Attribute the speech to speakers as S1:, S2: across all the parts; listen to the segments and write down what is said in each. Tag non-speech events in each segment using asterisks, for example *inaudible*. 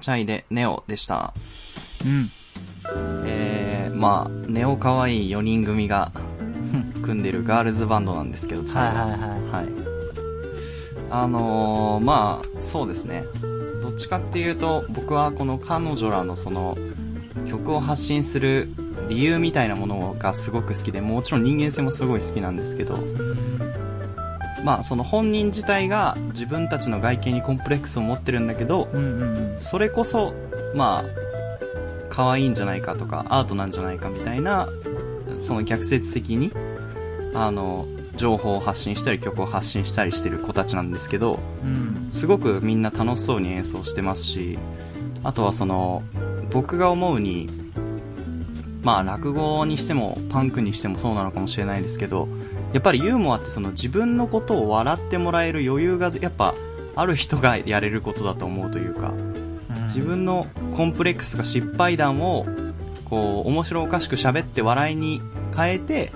S1: チャイでネオでした。
S2: うん。
S1: えー、まあ、ネオ可愛い4人組が *laughs* 組んでるガールズバンドなんですけど、チ
S2: はい
S1: ャイ
S2: はい
S1: は。
S2: は
S1: はい。あのー、まあ、そうですね。どっちかっていうと、僕はこの彼女らのその、曲を発信する理由みたいなものがすごく好きで、もちろん人間性もすごい好きなんですけど、
S2: い。うん
S1: まあその本人自体が自分たちの外見にコンプレックスを持ってるんだけど、
S2: うんうん。
S1: それこそ、まあ、可愛いんじゃないかとか、アートなんじゃないかみたいな、その逆説的に、あの、情報を発信したり曲を発信したりしてる子たちなんですけど、
S2: うん。
S1: すごくみんな楽しそうに演奏してますし、あとはその、僕が思うに、まあ落語にしてもパンクにしてもそうなのかもしれないですけど、やっぱりユーモアってその自分のことを笑ってもらえる余裕がやっぱある人がやれることだと思うというか、自分のコンプレックスとか失敗談をこう面白おかしく喋って笑いに変えて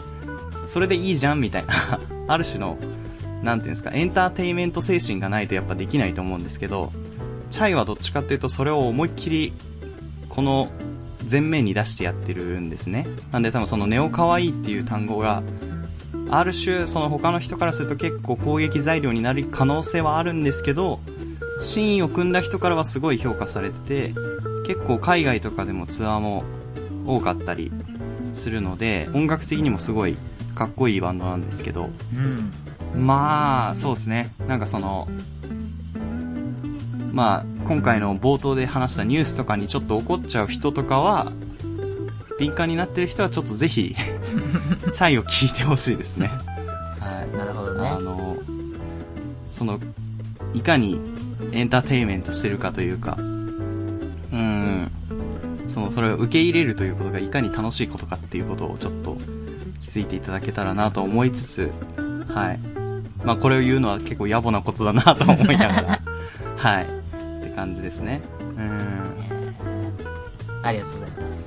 S1: それでいいじゃんみたいな *laughs* ある種のなんていうんですかエンターテインメント精神がないとやっぱできないと思うんですけどチャイはどっちかっていうとそれを思いっきりこの前面に出してやってるんですねなんで多分そのネオ可愛いっていう単語がある種その他の人からすると結構攻撃材料になる可能性はあるんですけどシーンを組んだ人からはすごい評価されてて結構海外とかでもツアーも多かったりするので音楽的にもすごいかっこいいバンドなんですけど
S2: うん。
S1: まあそうですねなんかそのまあ今回の冒頭で話したニュースとかにちょっと怒っちゃう人とかは敏感になってる人はちょっとぜひチャイを聞いてほしいですねはい
S2: なるほど
S1: あ
S2: ね。
S1: のそのいかにエンターテインメントしてるかというかうんそのそれを受け入れるということがいかに楽しいことかっていうことをちょっと気づいていただけたらなと思いつつはいまあこれを言うのは結構野暮なことだなと思いながらはいって感じですねうん
S2: ありがとうございます。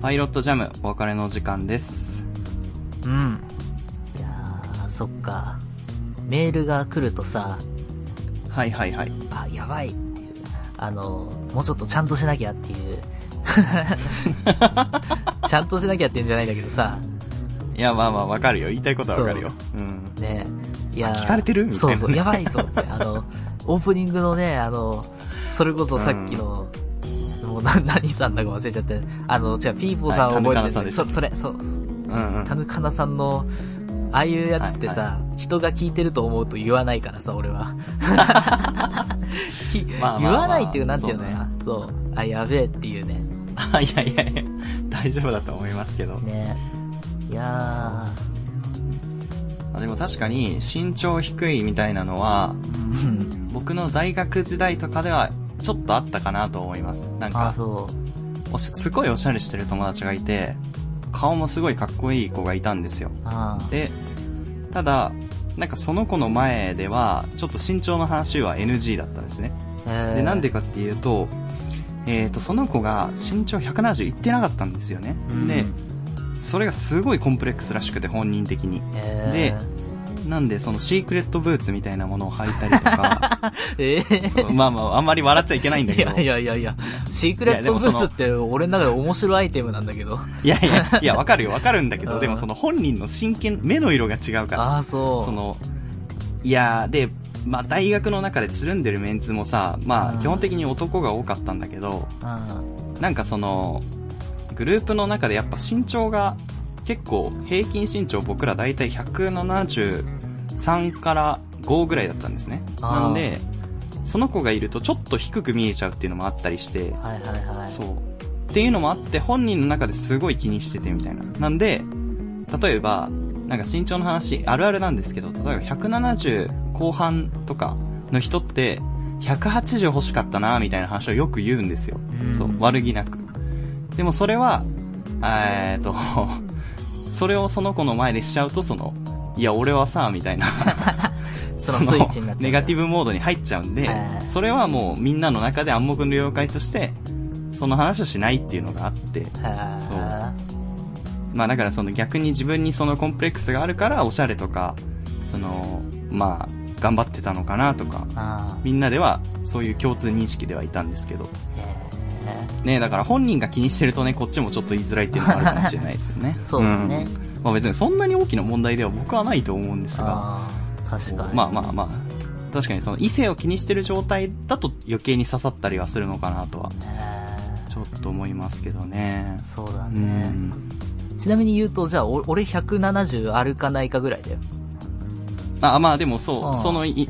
S1: パイロットジャムお別れの時間です
S2: うん。いやー、そっか。メールが来るとさ、
S1: はいはいはい
S2: あ、やばいっていう。あの、もうちょっとちゃんとしなきゃっていう。ちゃんとしなきゃって言うんじゃないんだけどさ。
S1: いやまあまあわかるよ言いたいことはわかるようん
S2: ね。いやー
S1: 聞かれてるみたいな
S2: そ
S1: ね
S2: うそう、やばいと思って。あの、オープニングのね、あの、それこそさっきの、もうな、何さんだか忘れちゃって、あの、違う、ピーポーさんを覚えてる、
S1: はいタヌカナさんでした
S2: そ、それ、そう、
S1: うんうん
S2: タヌカナさんの、ああいうやつってさ、
S1: は
S2: 人が聞いてると思うと言わないからさ、
S1: *laughs*
S2: 俺は。き
S1: まあまあ
S2: 言わないっていう、なんていうのか
S1: まあ
S2: な。そう,、あ、やべえっていうね。
S1: あ、 *laughs* いやいやいや、大丈夫だと思いますけど。
S2: ねいや
S1: あでも確かに身長低いみたいなのは、
S2: ー、うん
S1: 僕の大学時代とかではちょっとあったかなと思います。なん
S2: あ、
S1: か、
S2: そ
S1: おしすごいおしゃれしてる友達がいて、顔もすごいかっこいい子がいたんですよ。
S2: う。あー
S1: で、ただ、なんかその子の前では、ちょっと身長の話は NG だったんですね。
S2: えー
S1: で、なんでかっていうと、えっ、と、その子が身長170いってなかったんですよね。
S2: うん
S1: で、それがすごいコンプレックスらしくて、本人的に。
S2: え
S1: なんで、そのシークレットブーツみたいなものを履いたりと
S2: *laughs*
S1: か、
S2: ー、えー
S1: そうまあまあ、あんまり笑っちゃいけないんだ
S2: い
S1: けど。
S2: やい
S1: い
S2: やいやいや、シークレットブーツって俺の中で面白いアイテムなんだけど。
S1: やいや、いや、わかるよ、わかるんだけ
S2: *laughs* う
S1: ど、
S2: ん
S1: でもその本人の真剣、目の色が違うから、
S2: ああ、そう。
S1: その、いやー、で、まあ大学の中でつるんでるメンツもさ、ま
S2: うん
S1: あ基本的に男が多かったんだけど、
S2: うん。
S1: なんかその、グループの中でやっぱ身長が、結構平均身長僕らだいたい173から5ぐらいだったんですね。
S2: あー
S1: なんで、その子がいるとちょっと低く見えちゃうっていうのもあったりして、
S2: はいはいはい。
S1: そう。っていうのもあって、本人の中ですごい気にしててみたいな。なんで、例えば、なんか身長の話、あるあるなんですけど、例えば170後半とかの人って、180欲しかったな、みたいな話をよく言うんですよ
S2: うん。
S1: そう、悪気なく。でもそれは、えーっと、 *laughs* それをその子の前でしちゃうと、その、いや、俺はさ、みたいな
S2: そのスイッチになっちゃうんだ
S1: ネガティブモードに入っちゃうんで
S2: はい、
S1: それはもうみんなの中で暗黙の了解として、その話はしないっていうのがあって、
S2: は
S1: まあだからその逆に自分にそのコンプレックスがあるから、おしゃれとか、その、まあ、頑張ってたのかなとか、
S2: あ。うん。
S1: みんなではそういう共通認識ではいたんですけど、
S2: へ。
S1: ねだから本人が気にしてるとね、こっちもちょっと言いづらいっていうのもあるかもしれないですよね
S2: *laughs* そうだね
S1: うんまあ別にそんなに大きな問題では僕はないと思うんです
S2: ー
S1: が、
S2: あー確かに。
S1: まあまあまあ、確かにその異性を気にしてる状態だと余計に刺さったりはするのかなとは、
S2: へ
S1: ちょっと思いますけどね
S2: ー。そうだ
S1: う
S2: ね。
S1: ん。
S2: ちなみに言うと、じゃあ、お俺170あるかないかぐらいだよ。
S1: あ、まあでも
S2: あ
S1: そ
S2: あ
S1: う、そのい、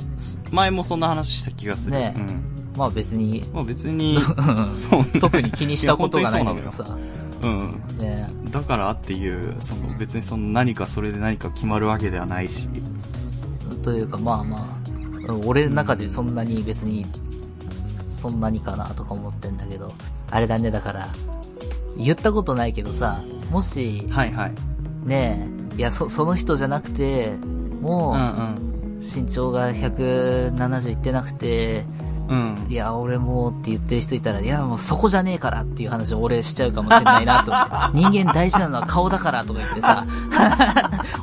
S1: 前もそんな話した気がする。
S2: ね
S1: うん。
S2: まあ別に、
S1: まあ別
S2: *laughs*
S1: に、 *laughs* そうね
S2: 特に気にしたことがないんだけど
S1: や本
S2: さ。
S1: 当にそうなのよ。
S2: ね
S1: うん。だからっていう、その別にその何かそれで何か決まるわけではないし。
S2: というかまあまあ、うん俺の中でそんなに別に、そんなにかなとか思ってんだけど、あれだね、だから、言ったことないけどさ、もし、
S1: はいはい。
S2: ねえ、いや、そ、その人じゃなくて、
S1: うん
S2: もう、身長が170いってなくて、
S1: うん。うん。
S2: いや、俺もうって言ってる人いたら、いや、もうそこじゃねえからっていう話を俺しちゃうかもしれないな
S1: *laughs*
S2: と思って。人間大事なのは顔だからとか言ってさ、 *laughs*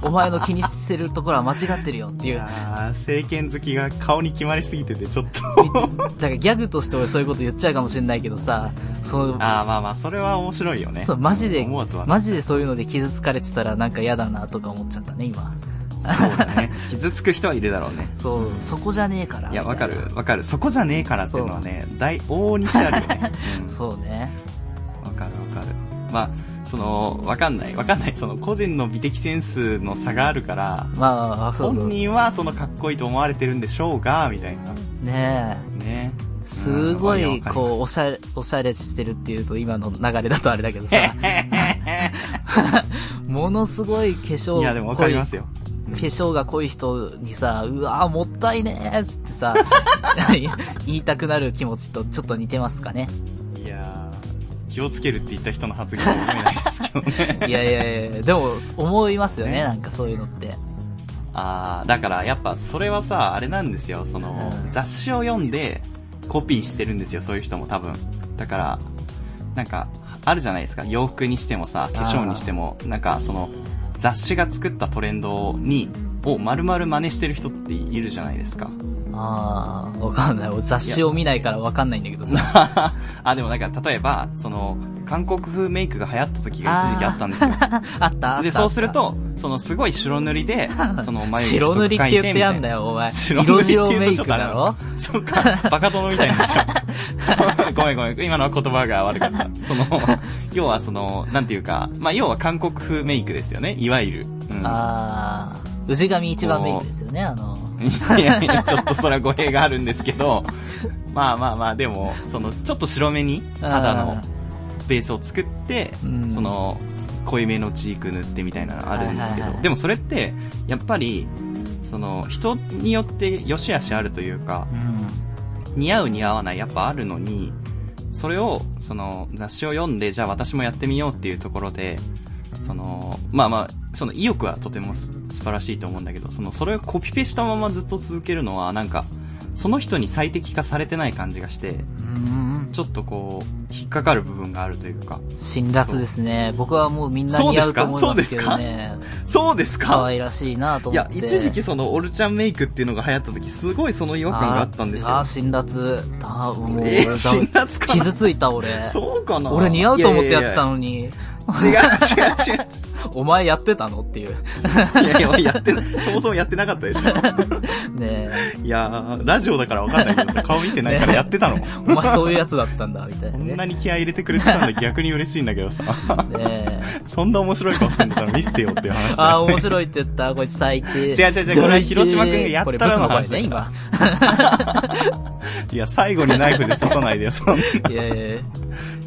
S2: お前の気にしてるところは間違ってるよって
S1: い
S2: いう。
S1: やー、政権好きが顔に決まりすぎてて、ちょっ
S2: *laughs*
S1: と。
S2: だからギャグとして俺そういうこと言っちゃうかもしれないけどさ、その、
S1: あー、まあまあ、それは面白いよね。
S2: そうマジで、
S1: 思わず笑う
S2: マジでそういうので傷つかれてたらなんか嫌だなとか思っちゃったね、今。
S1: そうだね。傷つく人はいるだろうね。
S2: そう、そこじゃねえから。
S1: いや、
S2: み
S1: わ
S2: た
S1: か
S2: な
S1: る。わかる。そこじゃねえからっていうのはね、大、往々にしてあるよね。
S2: そうね。
S1: うんわかるわかる。まあ、その、わかんない。わかんない。その、個人の美的センスの差があるから、
S2: まあ、そうそ
S1: 本
S2: う。
S1: 人はそのかっこいいと思われてるんでしょうが、みたいな。
S2: ねえ。
S1: ね。
S2: すご
S1: うん
S2: い、こう、お。しゃれ、おしゃれしてるっていうと、今の流れだとあれだけどさ、ものすごい
S1: わ
S2: 化
S1: かります
S2: 粧
S1: いや、でもわかりますよ。
S2: 濃い化粧が濃い人にさ、うわーもったいねーっつっ
S1: *laughs*
S2: てさ、言いたくなる気持ちとちょっと似てますかね。
S1: いやー気をつけるって言った人の発言は読めないですけどね。
S2: いやいやいやでも、思いますよね、
S1: ね
S2: なんかそういうのって。
S1: ああ、だからやっぱそれはさ、あれなんですよ。その
S2: う、ん
S1: 雑誌を読んでコピーしてるんですよ、そういう人も多分。だから、なんか、あるじゃないですか。洋服にしてもさ、化粧にしても、なんかその、雑誌が作ったトレンドに、を丸々真似してる人っているじゃないですか。 *laughs*
S2: あー、わかんない。俺雑誌を見ないからわかんないんだけどさ。
S1: あ、でもなんか例えば、その、韓国風メイクが流行った時が一時期あったんですよ。
S2: あったあった。
S1: で、そうすると、そのすごい白塗りで、
S2: *laughs*
S1: その眉毛
S2: 白塗りって言ってやんだ
S1: よ。
S2: よ、お前。
S1: 白
S2: 色
S1: 塗りって
S2: 白メ
S1: 言う
S2: イ
S1: とちょっ
S2: ク
S1: とあれ
S2: だろ
S1: そうか、バカ殿みたいになっちゃう。ごめんごめん、今のは言葉が悪かった。その、 *laughs* 要はその、なんていうか、まあ要は韓国風メイクですよね、いわゆる。うん。
S2: あー、氏神一番メイクですよね、あの。
S1: *laughs* いやいや、ちょっとそれは語弊があるんですけど、まあまあまあ、でも、その、ちょっと白目に肌のベースを作って、
S2: うん
S1: その、濃いめのチーク塗ってみたいなのあるんですけ
S2: はいはいは
S1: ど、
S2: い
S1: でもそれって、やっぱり、その、人によって良し悪しあるというか、
S2: うん。
S1: 似合う似合わないやっぱあるのに、それを、その、雑誌を読んで、じゃあ私もやってみようっていうところで、その、まあまあ、その意欲はとてもす素晴らしいと思うんだけど、その、それをコピペしたままずっと続けるのは、なんか、その人に最適化されてない感じがして、
S2: うん。
S1: ちょっとこう、引っかかる部分があるというか。
S2: 辛辣ですね。僕はもうみんな似合うと思いますけどね。
S1: そうです
S2: 可愛らしいなと
S1: い
S2: 思っ
S1: や、
S2: て。
S1: 一時期その、オルちゃんメイクっていうのが流行った時、すごいその違和感があったんです
S2: あ
S1: よ
S2: ー、。辛辣。だ、もう、
S1: えー、辛
S2: 俺
S1: 辣か
S2: 傷
S1: な
S2: ついた俺。
S1: そうかな
S2: 俺似合うと思ってやってたのに、
S1: いやいやいや違う違う違う。
S2: お前やってたのっていう。
S1: いやいや、やってな、そもそもやってなかったでし
S2: *laughs*
S1: ょ。
S2: ねえ、
S1: *laughs* いやー、ラジオだからわかんないけどさ、顔見てないからやってたの。
S2: お前そういうやつだったんだ、みたい
S1: こ
S2: なんね。
S1: な
S2: ね
S1: に気合い入れてくれてたんだ逆に嬉しいんだけどさ。
S2: え。
S1: そんな面白い顔してんだから見せてよっていう話だ
S2: ああ、
S1: よね
S2: 面白いって言った。こいつ最低。
S1: *laughs* 違う違う違うこれは広島君がやったらの話だ
S2: これブスの声ね、今。
S1: いや、最後にナイフで刺さないでよ、
S2: *laughs*
S1: そんな。
S2: いやいやいや
S1: い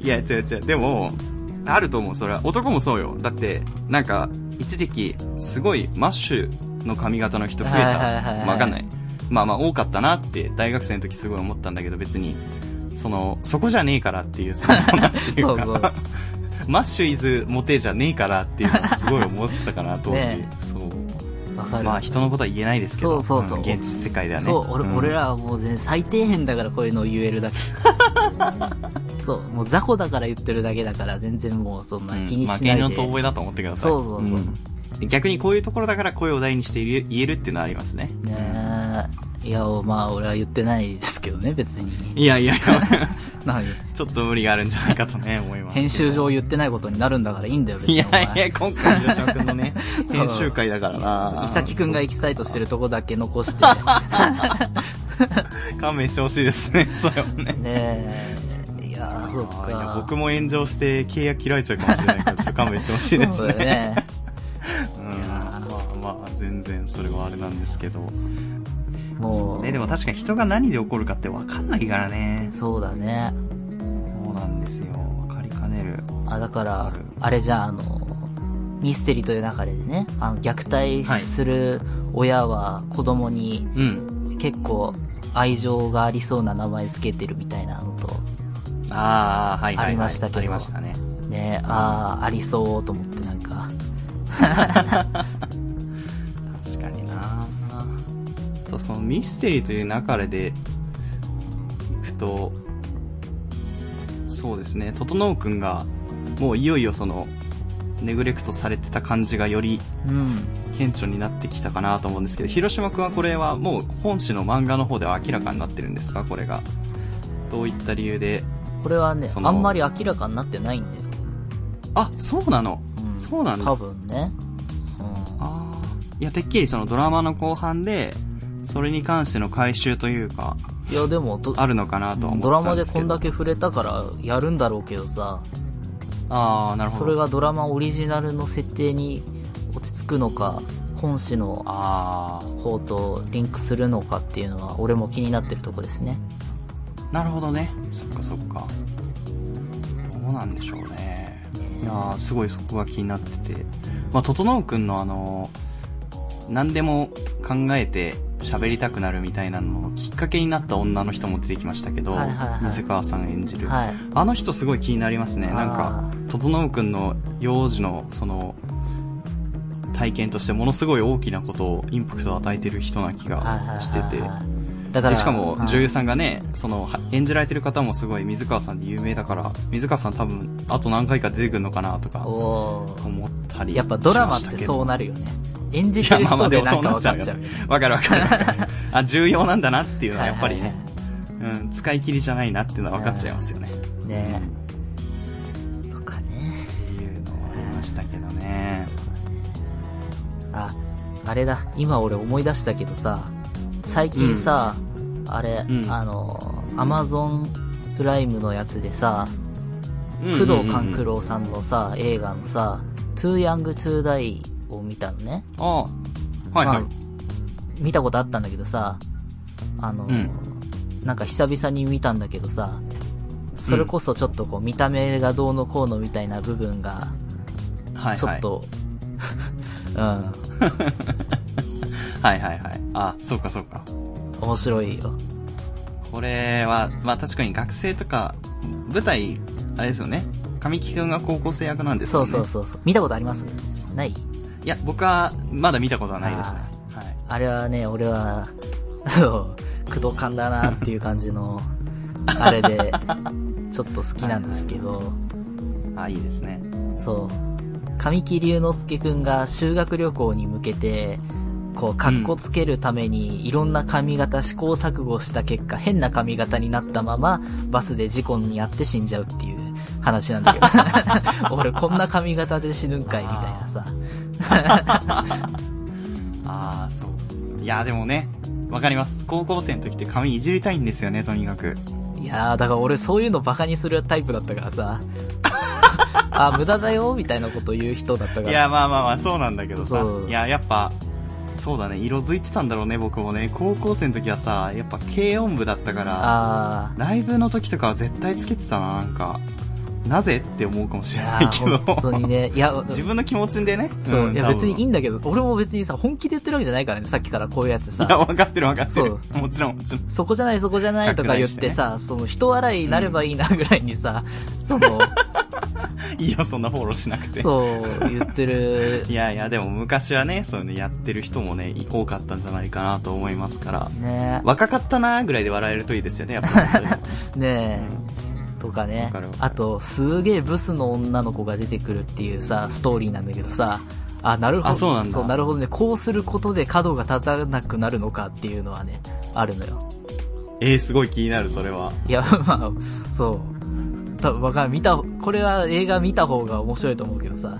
S1: や、違う違う。でも、あると思う、それは。男もそうよ。だって、なんか、一時期、すごいマッシュの髪型の人増えた。
S2: はいはいはいはい
S1: まあわかんない。まあまあ、多かったなって、大学生の時すごい思ったんだけど、別に、その、そこじゃねえからっていう、そのなんていう
S2: そ
S1: か
S2: うそう。
S1: マッシュイズモテじゃねえからっていうのはすごい思ってたかな、当時。
S2: ね
S1: そう。
S2: わか
S1: *laughs*
S2: る
S1: まあ人のことは言えないですけど、
S2: そうそうそうん
S1: 現実世界ではね。
S2: そう俺,、
S1: ん
S2: 俺らはもう全然最底辺だからこういうのを言えるだけ *laughs* そうもう雑魚だから言ってるだけだから全然もうそんな気にしないで、
S1: うんまあ、芸人の遠吠えだと思ってください。
S2: そうそうそうん
S1: で逆にこういうところだから声を大にして言える言えるっていうのはありますね。
S2: ねえいやまあ俺は言ってないですけどね別に
S1: いやいや、 *laughs*
S2: 何
S1: ちょっと無理があるんじゃないかとね、思います。
S2: 編集上言ってないことになるんだからいいんだよ別
S1: い
S2: に
S1: や
S2: お前、
S1: いや、今回の吉野君のね
S2: そう
S1: 編集会だからな。
S2: いさきくんがエキサイトしてるとこだけ
S1: *laughs*
S2: 残して
S1: そう勘弁してほしいです
S2: *laughs*
S1: ね、それはね。
S2: ねえいやそっ
S1: あーいや
S2: か
S1: 僕も炎上して契約切られちゃうかもしれないから、ちょっと勘弁してほしいです
S2: そう
S1: ね
S2: だ。よ
S1: *laughs*
S2: ね
S1: うんまあまあ、全然それはあれなんですけど。
S2: もう
S1: ね、でも確かに人が何で起こるかって分かんないからね。
S2: そうだね
S1: そうなんですよ。分かりかねる。
S2: あ、だから、あれじゃん、あの、ミステリーという流れでね、あの、虐待する親は子供に
S1: うん。
S2: 結構愛情がありそうな名前つけてるみたいなのと、
S1: ああ、はいはい、はい。
S2: ありましたけど
S1: ありましたね。
S2: ね、ああ、ありそうと思ってなんか、
S1: 確かになそう、そのミステリーという流れで、いくと、そうですね、整うくんが、もういよいよその、ネグレクトされてた感じがより
S2: うん、
S1: 顕著になってきたかなと思うんですけど、広島くんはこれはもう本誌の漫画の方では明らかになってるんですかこれが。どういった理由で。
S2: これはね、
S1: その
S2: あんまり明らかになってないんだよ。
S1: あ、そうなの
S2: うん、
S1: そうなんだ
S2: 多分ね。うん、
S1: ああ。いや、てっきりそのドラマの後半で、それに関しての回収というか、
S2: いや、でも、ど
S1: あるのかなとは思って
S2: ドラ
S1: た
S2: マ
S1: ん
S2: で
S1: です
S2: こ
S1: けど。
S2: んだけ触れたからやるんだろうけどさ、
S1: ああ、なるほど。
S2: それがドラマオリジナルの設定に落ち着くのか、本誌の
S1: あ
S2: 方とリンクするのかっていうのは俺も気になってるとこですね
S1: あ、なるほどね。そっかそっか。どうなんでしょうね。いやー、すごいそこが気になってて。まあ、整うくんのあの、何でも考えて喋りたくなるみたいなののきっかけになった女の人も出てきましたけど、
S2: はいはいはい
S1: 水川さん演じる。
S2: はい
S1: あの人すごい気になりますね。なん
S2: あ
S1: か、整くんの幼児の、その、体験としてものすごい大きなことを、インパクトを与えてる人な気
S2: はいはいはい
S1: がしてて。
S2: はいだか
S1: で
S2: ら
S1: しかも
S2: うん
S1: 女優さんがね、その、は演じられてる方もすごい水川さんで有名だから、水川さん多分、あと何回か出てくるのかなとか、
S2: おー
S1: 思ったり
S2: やっぱドラマってそう
S1: な
S2: なるよね演じ
S1: い
S2: て
S1: や、
S2: る
S1: まあま
S2: 人
S1: あ
S2: で
S1: でも
S2: な
S1: そ
S2: ん
S1: う
S2: か
S1: な
S2: 分
S1: っちゃう
S2: かっ
S1: よ
S2: ちゃうよね
S1: ね。わかるわかるわかる。あ、重要なんだなっていうのはやっぱり
S2: はい
S1: ね、うん、使い切りじゃないなっていうのは分かっちゃいますよね。
S2: はいねえとかね
S1: っていうのはありましたけどね。
S2: ああれだ今俺思い出したけどさ最近さ、あれ、
S1: うん
S2: あのアマゾンプライムのやつでさ、
S1: うん
S2: 工藤官九郎さんのさ、映画のさ、Too Young to Die を見たのね。
S1: ああ、はいは
S2: まあ
S1: い。
S2: 見たことあったんだけどさ、あの、
S1: うん
S2: なんか久々に見たんだけどさ、それこそちょっとこう見た目がどうのこうのみたいな部分が、
S1: はいはい。
S2: ちょっ。と、 *laughs*
S1: はいはいはい。あ、そうかそうか。
S2: うん、面白いよ。
S1: これは、まあ確かに学生とか、舞台、あれですよね。神木くんが高校生役なんですよ
S2: そう
S1: ね。
S2: そうそうそう。見たことありますない
S1: いや、僕はまだ見たことはないですね。はい。
S2: あれはね、俺は、そう駆動感だなっていう感じの、
S1: *laughs*
S2: あれで、ちょっと好きなんですけど、
S1: あ、いいですね。
S2: そう。神木隆之介くんが修学旅行に向けて、こう、格好つけるために、いろんな髪型試行錯誤した結果、変な髪型になったまま、バスで事故に遭って死んじゃうっていう話なんだけ
S1: *laughs*
S2: ど。 *laughs* 俺、こんな髪型で死ぬんかい、みたいなさ。
S1: ああ、そう。いや、でもね、わかります。高校生の時って髪いじりたいんですよね、とにかく。
S2: いやー、だから俺、そういうのバカにするタイプだったからさ。
S1: *laughs*
S2: あ、無駄だよ、みたいなこと言う人だったから。
S1: いや、まあまあまあ、そうなんだけどさ
S2: そう。
S1: いや、やっぱ、そうだね、色づいてたんだろうね、僕もね。高校生の時はさ、やっぱ軽音部だったから、
S2: あ
S1: ライブの時とかは絶対つけてたな、なんか。なぜって思うかもし
S2: ー、い
S1: れ
S2: や
S1: ない *laughs* け
S2: ー、本当に
S1: ど。
S2: ね。いや、
S1: 自分の気持ちでね。
S2: そう、
S1: ん
S2: いや
S1: 多分
S2: 別にいいんだけど、俺も別にさ、本気で言ってるわけじゃないからね、さっきからこういうやつ
S1: いや、
S2: さ。
S1: 分かってる分かって
S2: そ
S1: る。もちろん、もちろん。
S2: そこじゃないそ
S1: *laughs*
S2: こじゃないとか言ってさ、その人笑いになればいいなぐらいにさ、その、
S1: いいよ、そんなフォローしなくて。
S2: そう、言ってる
S1: い。やいや、でも昔はね、そういうのやってる人もね、多かったんじゃないかなと思いますから。
S2: ね
S1: 若かったなーぐらいで笑えるといいですよね、やっぱ
S2: *laughs*
S1: り。
S2: ねえ。とかね
S1: わかるわ。か
S2: あと、すげえブスの女の子が出てくるっていうさ、ストーリーなんだけどさ、あ、なるほど。
S1: あそうなんだ
S2: なるほどね。こうすることで角が立たなくなるのかっていうのはね、あるのよ。
S1: えー、すごい気になる、それは。
S2: いや、 *laughs* まあ、そう。多分わかんない。見た、これは映画見た方が面白いと思うけどさ。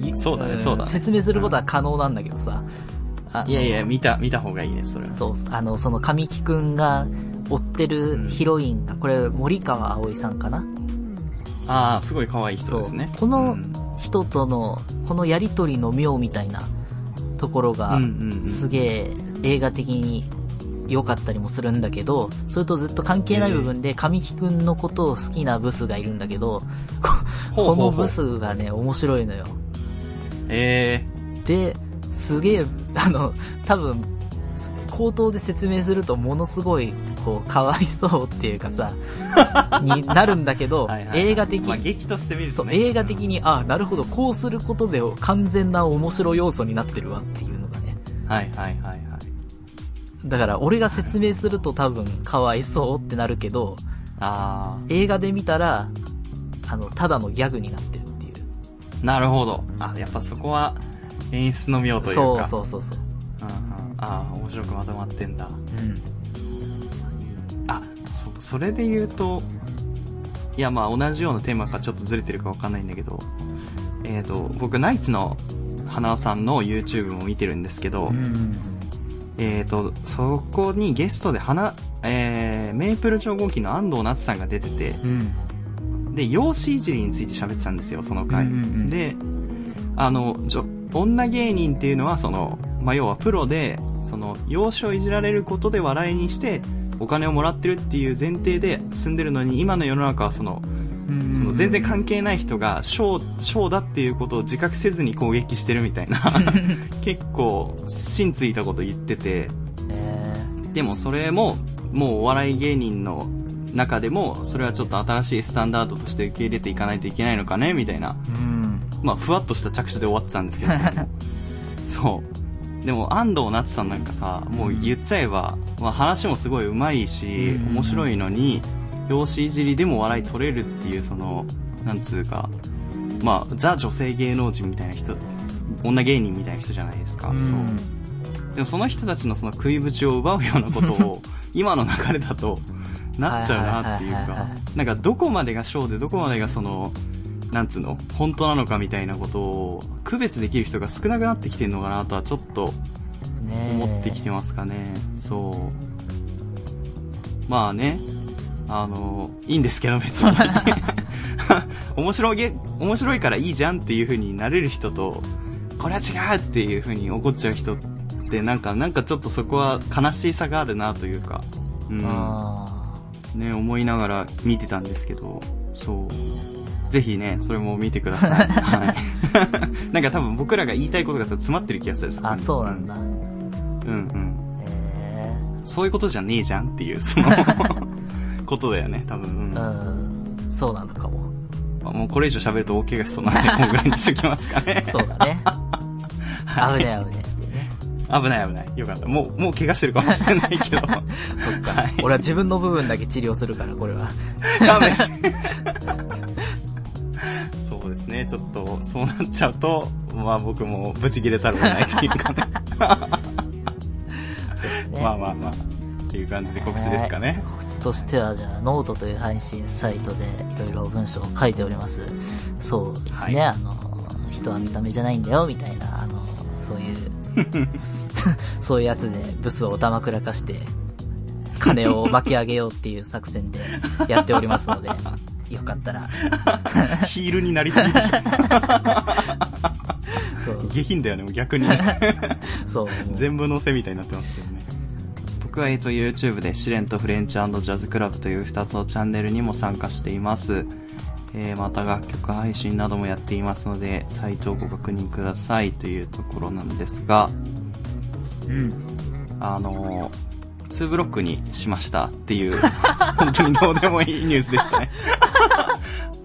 S2: い
S1: そうだね
S2: ん
S1: そうだね
S2: 説明することは可能なんだけどさ。あ
S1: いやいや、見た、見た方がいいね、それは。
S2: そう、あの、その神木くんが追ってるヒロインが、これ森川葵さんかな
S1: ああ、すごい可愛い人ですね。
S2: この
S1: うん
S2: 人との、このやりとりの妙みたいなところが
S1: うんうんうん、
S2: すげえ映画的に良かったりもするんだけど、それとずっと関係ない部分で、神木くんのことを好きなブスがいるんだけ
S1: *laughs*
S2: ど、こ
S1: ほうほう
S2: こ
S1: ほう
S2: のブスがね、面白いのよ。
S1: え
S2: で、すげえ、あの、多分、口頭で説明するとものすごい、こう、かわいそうっていうかさ、になるんだけ
S1: *laughs*
S2: ど
S1: ー、はいはいはい、
S2: 映画的
S1: まあ、劇として見る
S2: そ
S1: と
S2: う、
S1: ね。
S2: 映画的に、あなるほど、こうすることで完全な面白要素になってるわっていうのがね。
S1: うん。はいはいはいはい。
S2: だから、俺が説明すると多分、かわいそうってなるけど、
S1: あ
S2: 映画で見たら、あの、ただのギャグになってるっていう。
S1: あ、なるほど。あ、やっぱそこは演出の妙というか。
S2: そうそうそうそう。
S1: うんうん、ああ、面白くまとまってんだ。
S2: うん。
S1: あ、そ、それで言うと、いやまあ同じようなテーマかちょっとずれてるかわかんないんだけど、えっ、と、僕、ナイツの花輪さんの YouTube も見てるんですけど、
S2: うん。
S1: えっ、と、そこにゲストで花、えー、メープル超合金の安藤夏さんが出てて、
S2: うん。
S1: で、容姿いじりについて喋ってたんですよ、その回。
S2: うんうんうん
S1: で、あの、じょ女芸人っていうのは、その、まあ、要はプロで、その、容姿をいじられることで笑いにして、お金をもらってるっていう前提で進んでるのに、今の世の中はその、
S2: うん
S1: その全然関係ない人が、ショー、ショーだっていうことを自覚せずに攻撃してるみたい
S2: *laughs*
S1: な、結構、芯ついたこと言ってて、
S2: え
S1: でもそれも、もうお笑い芸人の中でも、それはちょっと新しいスタンダードとして受け入れていかないといけないのかねみたいな、
S2: ー、うん。
S1: まあ、ふわっとした着手で終わってたん
S2: *laughs*
S1: ですけど、それもそう。でも、安藤夏さんなんかさ、もう言っちゃえば、まあ、話もすごい上手いし、
S2: うん
S1: 面白いのに、容姿いじりでも笑い取れるっていう、その、なんつうか、まあ、ザ女性芸能人みたいな人、女芸人みたいな人じゃないですか。そう。でもその人たちのその食いぶちを奪うようなことを今の流れだとなっちゃうなっていう
S2: はいはいはい
S1: か
S2: はいは
S1: なんかどこまでがショーでどこまでがそのなんつうの本当なのかみたいなことを区別できる人が少なくなってきてるのかなとはちょっと
S2: う。ねえ
S1: 思ってきてますかね、そうまあねあのいいんですけど別に *laughs* 面白げ面白いからいいじゃんっていう風になれる人とこれは違うっていう風に怒っちゃう人ってなんかなんかちょっとそこは悲しさがあるなというか、うん
S2: あ
S1: ね、思いながら見てたんですけどそうぜひねそれも見てくだ
S2: *laughs*
S1: さい、はい、 *laughs* なんか多分僕らが言いたいことが詰まってる気がするそ
S2: ー
S1: こ
S2: あ、
S1: に
S2: そうなんだ。へ
S1: うんうん
S2: え
S1: そういうことじゃねえじゃんっていう、そ *laughs* の、ことだよね、多分。うんま
S2: ー、うん。そうなのかも。
S1: あもうこれ以上喋ると大怪我しそうなんで、こんぐらいにしときますか *laughs* ね。
S2: そうだね。
S1: はい
S2: 危ない危ない。
S1: 危ない危ない。よかった。もう、もう怪我してるかもしれないけど。 *laughs*
S2: そっか、
S1: はい
S2: 俺は自分の部分だけ治療するから、これは。
S1: 勘弁して。そうですね、ちょっと、そうなっちゃうと、まあ僕もブチ切れざるを得ないというかね。
S2: ね
S1: まあまあまあ。っていう感じで告知ですかね
S2: え。ー告知としては、じゃあ、ノートという配信サイトでいろいろ文章を書いております。そうですね、
S1: は
S2: あの、人は見た目じゃないんだよ、みたいな、あの、そういう、
S1: *laughs*
S2: そういうやつでブスをおたまくらかして、金を巻き上げようっていう作戦でやっておりますので、よかったら、
S1: ヒールになりすぎでしょ。
S2: そう、
S1: 下品だよね、もう逆に。
S2: そう、
S1: 全部のせみたいになってますよね僕は、えっと、YouTube で試練とフレンチジャズクラブという2つのチャンネルにも参加しています、えーまた楽曲配信などもやっていますのでサイトをご確認くださいというところなんですが
S2: うん。
S1: あのー、2ブロッ *laughs* クにしましたっていう本当にどうでもいいニュースでしたね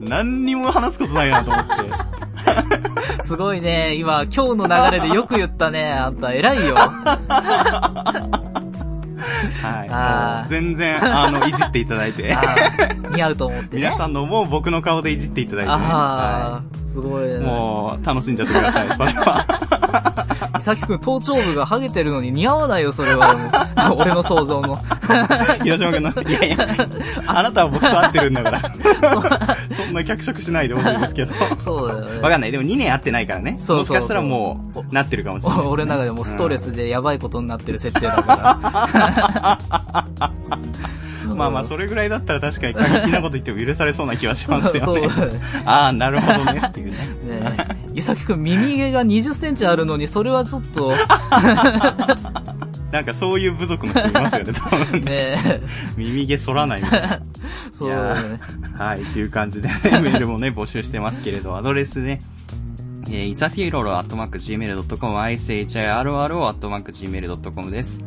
S1: 何にも話すことないなと思って。
S2: すごいね。今、今日の流れでよく言ったね。あんた、偉
S1: *laughs*
S2: いよ。
S1: は
S2: あ
S1: い。
S2: ー
S1: もう全然、あの、いじっていただいて。
S2: あー似合うと思ってね。
S1: 皆さんのもう僕の顔でいじっていただいてね。
S2: あ
S1: は
S2: あ、すごい
S1: い。
S2: ね。
S1: もう、楽しんじゃってください、それは。
S2: いさきくん、頭頂部がハゲてるのに似合わないよ、それはもう。 *laughs* 俺の想像の。
S1: 広島君の、いやい *laughs* や、あなたは僕と会ってるんだ
S2: *laughs*
S1: から。そんな脚色しないでほしいですけど。
S2: そうだよね。
S1: わかんない。でも2年会ってないからね。
S2: そうそうそう
S1: もしかしたらもう、なってるかもしれない。
S2: 俺の中でもうストレスでやばいことになってる設定だから。
S1: *laughs* まあまあ、
S2: そ。
S1: それぐらいだったら確かに過激なこと言っても許されそうな気はしますよね
S2: *laughs* そうだね
S1: ああ、なるほどね、っていうね。
S2: う。ねえいさきくん、耳毛が20センチあるのに、それはちょっと、
S1: なんかそういう部族の人いますよね、多
S2: *laughs*
S1: 分 *laughs* ね。
S2: ねえ、
S1: 耳毛剃らないみたいな。
S2: そうだね。
S1: はい、っていう感じで、ね、 *laughs* メールもね、募集してますけれど、アドレスね。えー、いさしいろろ、アットマーク、gmail.com、ishiroro、アットマーク、gmail.com です。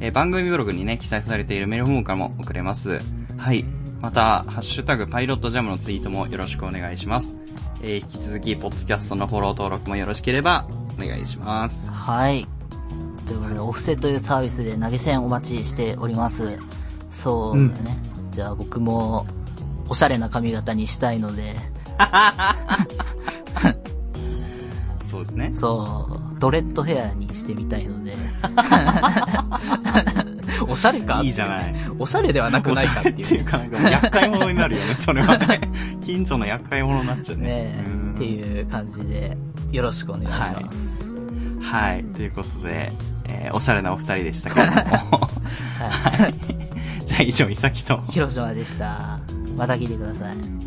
S1: えー番組ブログにね、記載されているメールフォームからも送れます。はい。また、ハッシュタグ、パイロットジャムのツイートもよろしくお願いします。えー引き続き、ポッドキャストのフォロー登録もよろしければ、お願いします。
S2: はい。ということで、オフセというサービスで投げ銭お待ちしております。そうだね。じゃあ僕も、おしゃれな髪型にしたいので、
S1: そうですね。
S2: そう、ドレッドヘアにしてみたいので。 *laughs* おしゃれか
S1: いいじゃない。
S2: おしゃれではなくないかって
S1: お
S2: い
S1: しゃれ
S2: うね。
S1: か、なんか厄 *laughs* 介者になるよね、それはね。 *laughs* 近所の厄介者になっちゃうね。
S2: ね
S1: うん
S2: え、っていう感じで、よろしくお願いします。
S1: はい。ということで、えーおしゃれなお二人でしたけれども。 *laughs* はい。じゃあ以上、いさきと。
S2: 広島でした。また来てください。